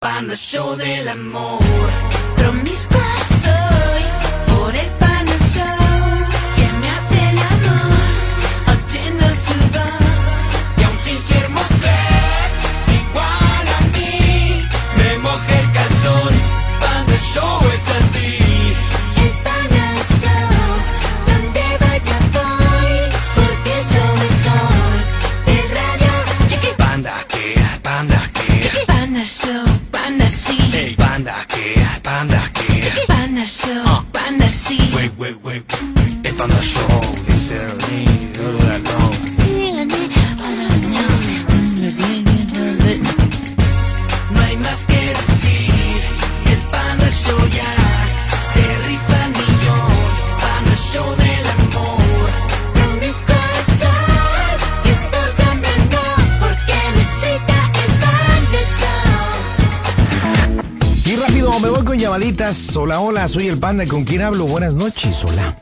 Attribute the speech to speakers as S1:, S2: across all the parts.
S1: Panda Show del amor. Promiscua soy por el Panda Show. Que me hace el amor. Agenda su voz. Y a un sincero mujer igual a mí. Me moja el calzón. Panda Show es así. El Panda Show. Donde vaya voy. Porque soy mejor. El radio. Chiqui. Panda que, panda que. Panda Show. Panda sí.
S2: Ey, panda que, panda que. Ah.
S1: Panda Show. Panda sí.
S2: Wey, wey, wey. El panda show is early, all alone.
S1: No hay más que decir, el Panda Show ya se rifa el millón, Panda Show del amor. Promiscua soy, y esto siempre no, porque me excita el Panda Show.
S3: Y rápido, me voy con llamaditas. Hola, hola, soy el panda. ¿Con quién hablo? Buenas noches. Hola.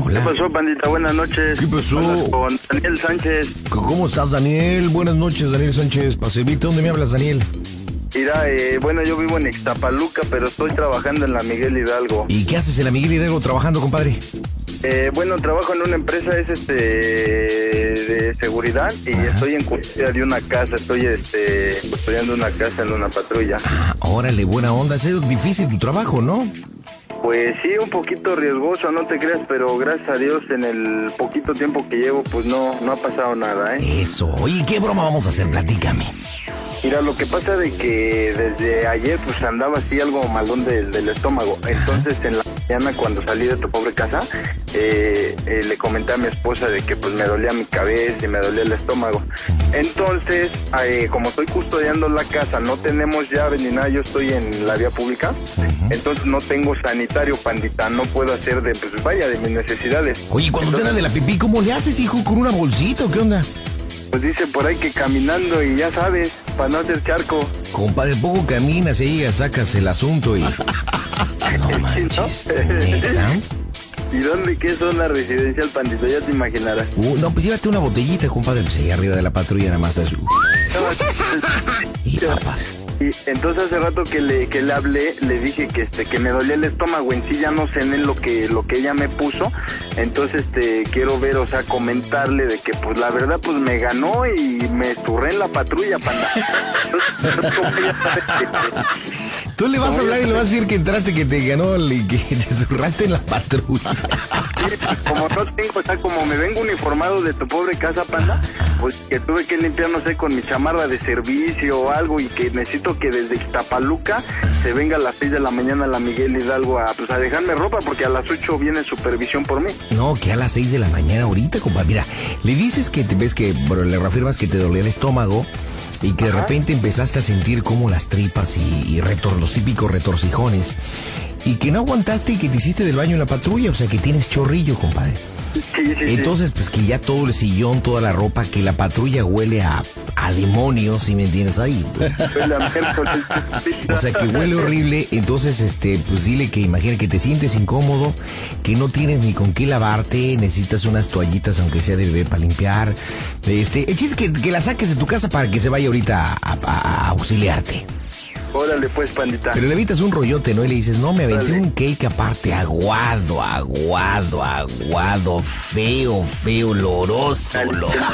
S3: Hola.
S4: ¿Qué pasó, pandita? Buenas noches.
S3: ¿Qué pasó?
S4: Hablas Con Daniel Sánchez.
S3: ¿Cómo estás, Daniel? Buenas noches, Daniel Sánchez. Pasevita, ¿dónde me hablas, Daniel?
S4: Mira, eh, bueno, yo vivo en Ixtapaluca, pero estoy trabajando en la Miguel Hidalgo.
S3: ¿Y qué haces en la Miguel Hidalgo trabajando, compadre?
S4: Eh, bueno, trabajo en una empresa es este de seguridad y estoy en custodia de una casa. Estoy este custodiando una casa en una patrulla.
S3: Ah, órale, buena onda. Es difícil tu trabajo, ¿no?
S4: Pues sí, un poquito riesgoso, no te creas, pero gracias a Dios en el poquito tiempo que llevo, pues no, no ha pasado nada, ¿eh?
S3: Eso. Oye, ¿qué broma vamos a hacer? Platícame.
S4: Mira, lo que pasa de que desde ayer pues andaba así algo malón del, del estómago. Entonces en la mañana cuando salí de tu pobre casa, eh, eh, le comenté a mi esposa de que pues me dolía mi cabeza y me dolía el estómago. Entonces, eh, como estoy custodiando la casa, no tenemos llave ni nada, yo estoy en la vía pública, entonces no tengo sanitario, pandita, no puedo hacer de, pues vaya, de mis necesidades.
S3: Oye, cuando te
S4: Entonces,
S3: dan de la pipí, ¿cómo le haces, hijo? ¿Con una bolsita o qué onda?
S4: Pues dice por ahí que caminando y ya sabes, para no hacer charco.
S3: Compadre, poco caminas, ella sacas el asunto y. No manches. ¿neta?
S4: ¿Y dónde qué zona residencial, pandita? Ya te imaginarás.
S3: Uh, no, pues llévate una botellita, compadre. Pues ahí arriba de la patrulla nada más es. Y papas.
S4: Y entonces hace rato que le, que le hablé, le dije que este, que me dolía el estómago, en sí ya no cené lo que, lo que ella me puso, entonces este quiero ver, o sea, comentarle de que pues la verdad pues me ganó y me esturré en la patrulla, panda. Entonces, entonces, como ella sabe que-
S3: Tú le vas a hablar y le vas a decir que entraste, que te ganó el- y que te zurraste en la patrulla.
S4: Sí, pues, como no tengo, o sea, como me vengo uniformado de tu pobre casa, panda, pues que tuve que limpiar, no sé, con mi chamarra de servicio o algo y que necesito que desde Ixtapaluca se venga a las 6 de la mañana la Miguel Hidalgo a, pues, a dejarme ropa porque a las 8 viene supervisión por mí.
S3: No, que a las 6 de la mañana ahorita, compadre. Mira, le dices que te ves que, bueno, le reafirmas que te dolía el estómago y que de repente empezaste a sentir como las tripas y, y retor- los típicos retorcijones y que no aguantaste y que te hiciste del baño en la patrulla, o sea que tienes chorrillo, compadre.
S4: Sí, sí, sí.
S3: Entonces, pues que ya todo el sillón, toda la ropa, que la patrulla huele a, a demonios, si me entiendes ahí.
S4: Fue la miércoles.
S3: O sea, que huele horrible, entonces, este, pues dile que imagina que te sientes incómodo, que no tienes ni con qué lavarte, necesitas unas toallitas, aunque sea de bebé, para limpiar. Este, el chiste es que, que la saques de tu casa para que se vaya ahorita a, a- a auxiliarte.
S4: Órale, pues, pandita.
S3: Pero le evitas un rollote, ¿no? Y le dices, no, me aventé
S4: Dale.
S3: un cake aparte, aguado, aguado, aguado, feo, feo, oloroso, oloroso.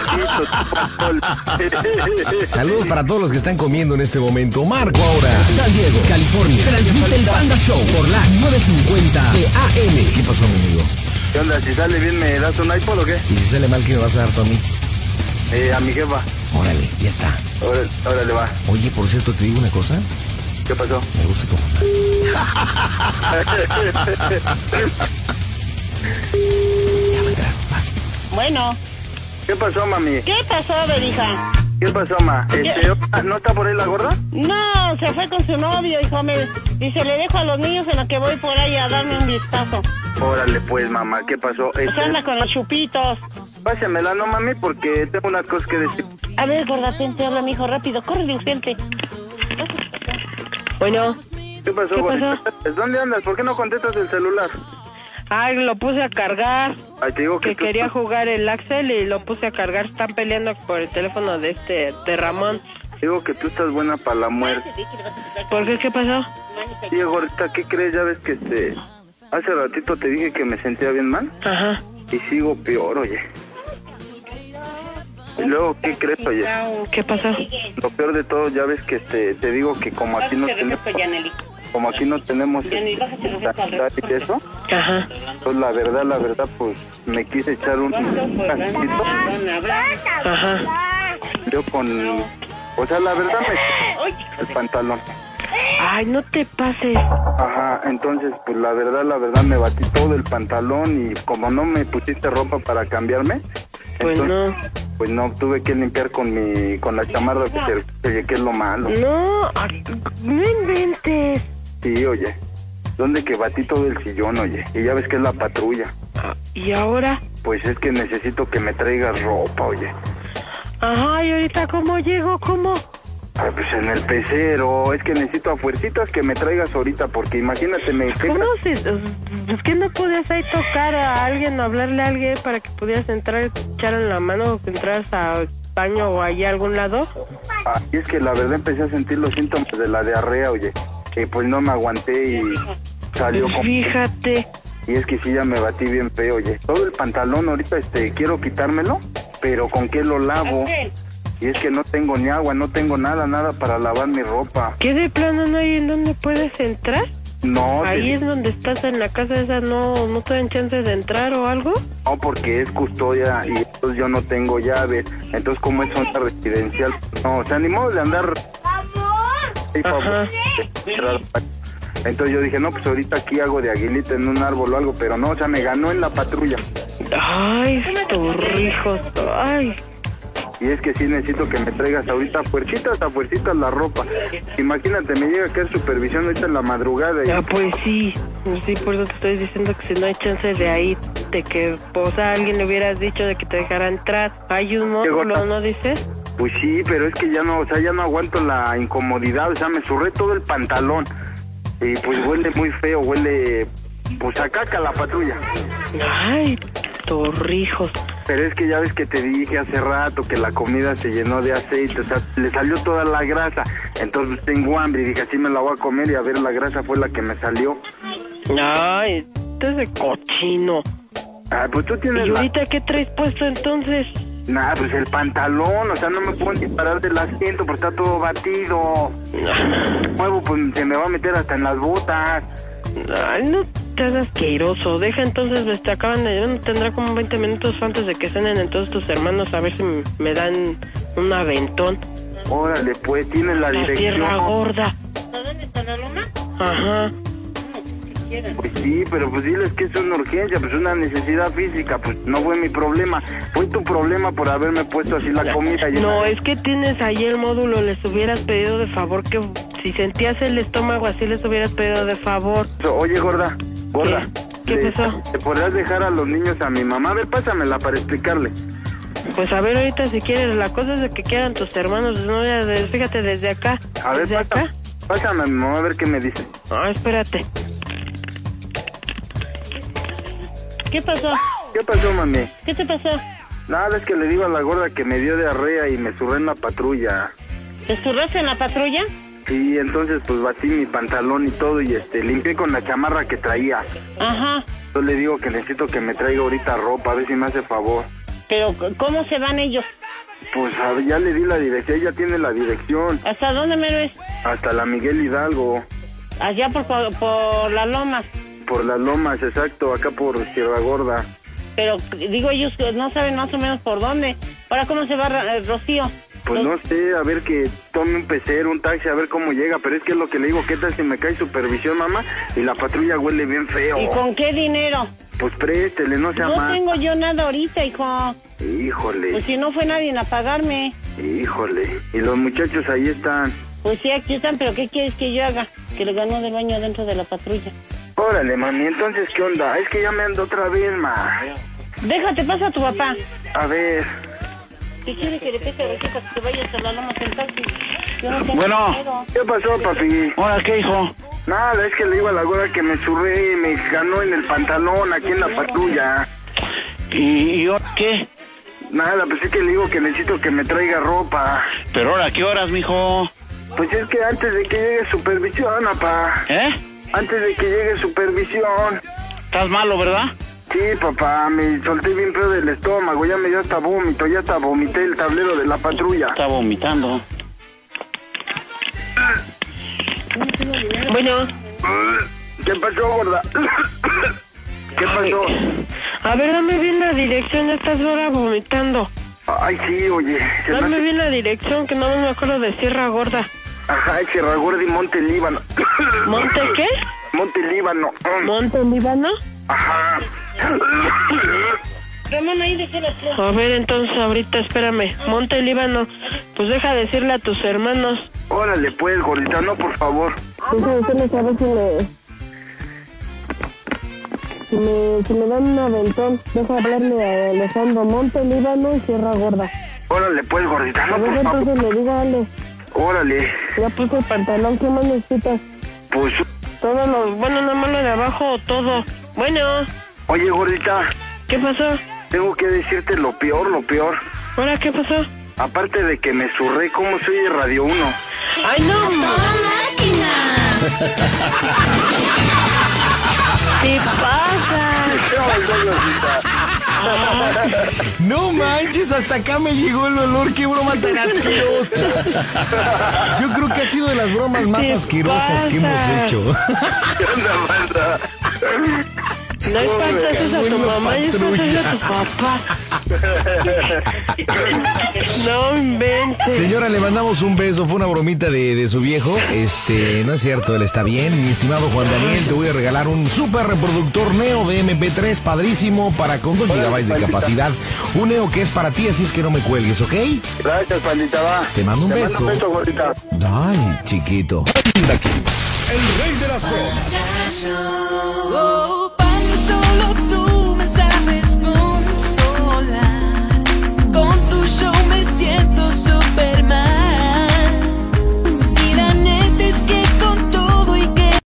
S3: Saludos para todos los que están comiendo en este momento. Marco ahora.
S5: San Diego, California. Transmite el Panda Show por la 950 de AM.
S3: ¿Qué pasó, mi amigo?
S4: ¿Qué onda? Si sale bien, ¿me das un iPod o qué?
S3: ¿Y si sale mal, qué me vas a dar tú a mí?
S4: Eh, a mi jefa.
S3: Órale, ya está.
S4: Órale, órale, va.
S3: Oye, por cierto, te digo una cosa.
S4: ¿Qué pasó?
S3: Me gusta tu mamá. Ya va a entrar, vas.
S6: Bueno,
S4: ¿Qué pasó, mami?
S6: ¿qué pasó, Berija?
S4: ¿Qué pasó, ma? Este, oiga, ¿No está por ahí la gorda?
S6: No, se fue con su novio, hijo. Me dice, le dejo a los niños en lo que voy por ahí a darme un vistazo.
S4: Órale, pues, mamá, ¿qué pasó?
S6: Se anda con los chupitos.
S4: pásemela, no mami, porque tengo unas cosas que decir.
S6: A ver, gorda, te habla, mijo, rápido. Corre, urgente.
S7: Bueno,
S4: ¿Qué pasó,
S6: ¿Qué
S4: gordita? ¿Dónde andas? ¿Por qué no contestas el celular?
S7: ay, lo puse a cargar,
S4: Ay, te digo que,
S7: que
S4: tú-
S7: quería jugar el Axel y lo puse a cargar. Están peleando por el teléfono de este, de Ramón.
S4: Digo que tú estás buena para la muerte.
S7: ¿Por qué? ¿Qué pasó?
S4: Diego, ahorita, ¿qué crees? Ya ves que este... Hace ratito te dije que me sentía bien mal
S7: Ajá.
S4: y sigo peor, oye. Y luego, ¿qué crees, oye?
S7: ¿Qué pasó?
S4: Lo peor de todo, ya ves que este, te digo que como aquí pues, no tenemos... Como aquí no tenemos este, sanidad y eso,
S7: Ajá.
S4: pues la verdad, la verdad, pues me quise echar un tantito,
S7: Ajá.
S4: yo con... O sea, la verdad me el pantalón.
S7: Ay, no te pases.
S4: Ajá, entonces, pues la verdad, la verdad, me batí todo el pantalón y como no me pusiste ropa para cambiarme,
S7: Pues no.
S4: pues no tuve que limpiar con mi, con la chamarra que, que, que es lo malo.
S7: No, ay, no inventes.
S4: Sí, oye, ¿dónde que batí todo el sillón, oye? Y ya ves que es la patrulla.
S7: ¿Y ahora?
S4: Pues es que necesito que me traigas ropa, oye.
S7: Ajá, ¿y ahorita cómo llego? ¿Cómo?
S4: Ah, pues en el pecero, es que necesito a fuercitas que me traigas ahorita, porque imagínate, me
S7: Pues, ¿Cómo
S4: quedas...
S7: se...? Es que pues, no podías ahí tocar a alguien, hablarle a alguien para que pudieras entrar, echar en la mano o que entras al baño o allá a algún lado.
S4: Ah, y es que la verdad empecé a sentir los síntomas de la diarrea, oye. Que pues no me aguanté y salió
S7: Pues,
S4: como...
S7: Fíjate.
S4: Y es que sí, ya me batí bien feo, oye. Todo el pantalón ahorita, este, quiero quitármelo, pero ¿con qué lo lavo? Y es que no tengo ni agua, no tengo nada, nada para lavar mi ropa.
S7: ¿Qué de plano no hay en dónde puedes entrar?
S4: No,
S7: Ahí
S4: te-
S7: es donde estás en la casa esa, no, no te dan chance de entrar o algo.
S4: no, porque es custodia y entonces yo no tengo llaves. Entonces, como es zona residencial, no, se animó de andar... Ay, por favor, entrar. Entonces yo dije, no, pues ahorita aquí hago de aguilita en un árbol o algo, pero no, o sea, me ganó en la patrulla.
S7: Ay, torrijos, ay.
S4: Y es que sí necesito que me traigas ahorita a fuercitas, a fuercitas la ropa. Imagínate, me llega a caer supervisión ahorita en la madrugada.
S7: Ya
S4: Y,
S7: pues sí, sí, por eso te estoy diciendo que si no hay chance de ahí, de que, o sea, alguien le hubieras dicho de que te dejara entrar. Hay un módulo, ¿no dices?
S4: pues sí, pero es que ya no, o sea, ya no aguanto la incomodidad, o sea, me surré todo el pantalón. Y pues huele muy feo, huele pues a caca la patrulla.
S7: Ay, torrijos.
S4: Pero es que ya ves que te dije hace rato que la comida se llenó de aceite, o sea, le salió toda la grasa. Entonces tengo hambre y dije, así me la voy a comer y a ver, la grasa fue la que me salió.
S7: Ay, este es de cochino.
S4: Ah, pues tú tienes
S7: ¿Y
S4: la...
S7: ahorita qué traes puesto entonces?
S4: Nah, pues el pantalón, o sea, no me puedo ni parar del asiento porque está todo batido. Muevo, pues se me va a meter hasta en las botas.
S7: Ay, no te hagas asqueroso. Deja entonces, este, acaban de... bueno, tendrá como 20 minutos antes de que cenen entonces tus hermanos a ver si m- me dan un aventón.
S4: Órale, pues, tienes la
S7: La tierra
S4: dirección.
S7: gorda. Ajá.
S4: Pues sí, pero pues diles que es una urgencia, pues una necesidad física, pues no fue mi problema. Fue tu problema por haberme puesto así la comida. llena
S7: No,
S4: de-
S7: es que tienes ahí el módulo, les hubieras pedido de favor que si sentías el estómago así les hubieras pedido de favor.
S4: Oye, gorda, gorda.
S7: ¿Qué? ¿Qué
S4: ¿le-
S7: pasó?
S4: ¿Te podrás dejar a los niños a mi mamá? A ver, pásamela para explicarle.
S7: Pues a ver ahorita si quieres, la cosa es de que quieran tus hermanos, no ya de- fíjate desde acá.
S4: A ver,
S7: desde
S4: pásame,
S7: acá.
S4: pásame a mi mamá a ver qué me dice.
S7: Ah, espérate.
S6: ¿Qué pasó?
S4: ¿Qué pasó, mami?
S6: ¿Qué te pasó?
S4: Nada, es que le digo a la gorda que me dio diarrea y me surré en la patrulla.
S6: ¿Te zurraste en la patrulla?
S4: Sí, entonces pues batí mi pantalón y todo y este limpié con la chamarra que traía.
S6: Ajá.
S4: Yo le digo que necesito que me traiga ahorita ropa, a ver si me hace favor.
S6: Pero, ¿cómo se van ellos?
S4: Pues a ver, ya le di la dirección, ella tiene la dirección,
S6: ¿Hasta dónde me ves?
S4: hasta la Miguel Hidalgo,
S6: Allá por, por, por las lomas.
S4: por las lomas, exacto, acá por Sierra Gorda.
S6: Pero, digo, ellos no saben más o menos por dónde. Ahora, ¿cómo se va Ra- eh, Rocío?
S4: Pues no sé, a ver que tome un pecero, un taxi, a ver cómo llega, pero es que es lo que le digo, ¿qué tal si me cae supervisión, mamá? Y la patrulla huele bien feo.
S6: ¿Y con qué dinero?
S4: Pues préstele, no sea
S6: No
S4: más.
S6: tengo yo nada ahorita, hijo.
S4: Híjole.
S6: Pues si no fue nadie a pagarme.
S4: Híjole, y los muchachos ahí están.
S6: Pues sí, aquí están, pero ¿qué quieres que yo haga? Que lo ganó del baño dentro de la patrulla.
S4: Órale, mami, entonces, ¿qué onda? Es que ya me ando otra vez, ma.
S6: Déjate, pasa a tu papá.
S4: A ver.
S6: ¿Qué quiere que le pese a Rosita que te vayas a la loma en taxi? Yo no tengo
S8: Bueno.
S6: dinero.
S4: ¿Qué pasó, papi?
S8: Ahora, ¿qué, hijo?
S4: Nada, es que le digo a la gorda que me churré y me ganó en el pantalón aquí en la patrulla.
S8: ¿Y, y ahora qué?
S4: Nada, pues es que le digo que necesito que me traiga ropa.
S8: Pero ahora, ¿qué horas, mijo?
S4: Pues es que antes de que llegue supervisión, papá.
S8: ¿Eh?
S4: Antes de que llegue supervisión.
S8: Estás malo, ¿verdad?
S4: Sí, papá, me solté bien feo del estómago, ya me dio hasta vómito, ya hasta vomité el tablero de la patrulla.
S8: Está vomitando.
S7: Bueno,
S4: ¿Qué pasó, gorda? ¿Qué pasó?
S7: a ver, dame bien la dirección, ya estás ahora vomitando.
S4: Ay, sí, oye. Se me
S7: Dame
S4: hace...
S7: bien la dirección, que no me acuerdo de Sierra Gorda.
S4: Ajá, Sierra Gorda y Monte Líbano.
S7: ¿Monte qué?
S4: Monte Líbano.
S7: ¿Monte Líbano?
S4: Ajá.
S6: Ramón, ahí dejé la flor.
S7: A ver, entonces ahorita espérame. Monte Líbano, pues deja decirle a tus hermanos.
S4: Órale, pues, gordita, no, por favor.
S7: Deja decirles a ver si Pues, me... Si me, si me dan un aventón, deja hablarle a Alejandro Monte Líbano y Sierra Gorda.
S4: Órale, pues, gordita, no, por favor.
S7: le diga Ale,
S4: Órale.
S7: ya puse el pantalón, ¿qué más necesitas?
S4: Pues,
S7: Todo lo, bueno, nada más lo de abajo, todo. Bueno,
S4: oye, gordita,
S7: ¿qué pasó?
S4: tengo que decirte lo peor, lo peor.
S7: ¿Ahora qué pasó?
S4: Aparte de que me surré, ¿cómo soy de Radio 1?
S7: ¡Ay, no!
S1: Toda máquina.
S7: ¿Qué pasa?
S3: No manches, hasta acá me llegó el olor, qué broma tan asquerosa. Yo creo que ha sido de las bromas más
S7: ¿Qué
S3: asquerosas que hemos
S7: pasa?
S3: hecho.
S7: No espantes a tu mamá y espantes a tu papá. No inventes.
S3: Señora, le mandamos un beso, fue una bromita de, de su viejo. Este, no es cierto, él está bien. Mi estimado Juan Daniel, te voy a regalar un super reproductor Neo de MP3 padrísimo para con 2 GB de capacidad. Un Neo que es para ti, así es que no me cuelgues, ¿ok?
S4: Gracias, pandita, va.
S3: Te mando un
S4: Te
S3: beso.
S4: mando un beso, gordita.
S3: Ay, chiquito.
S5: El rey de las bromas.
S1: Show.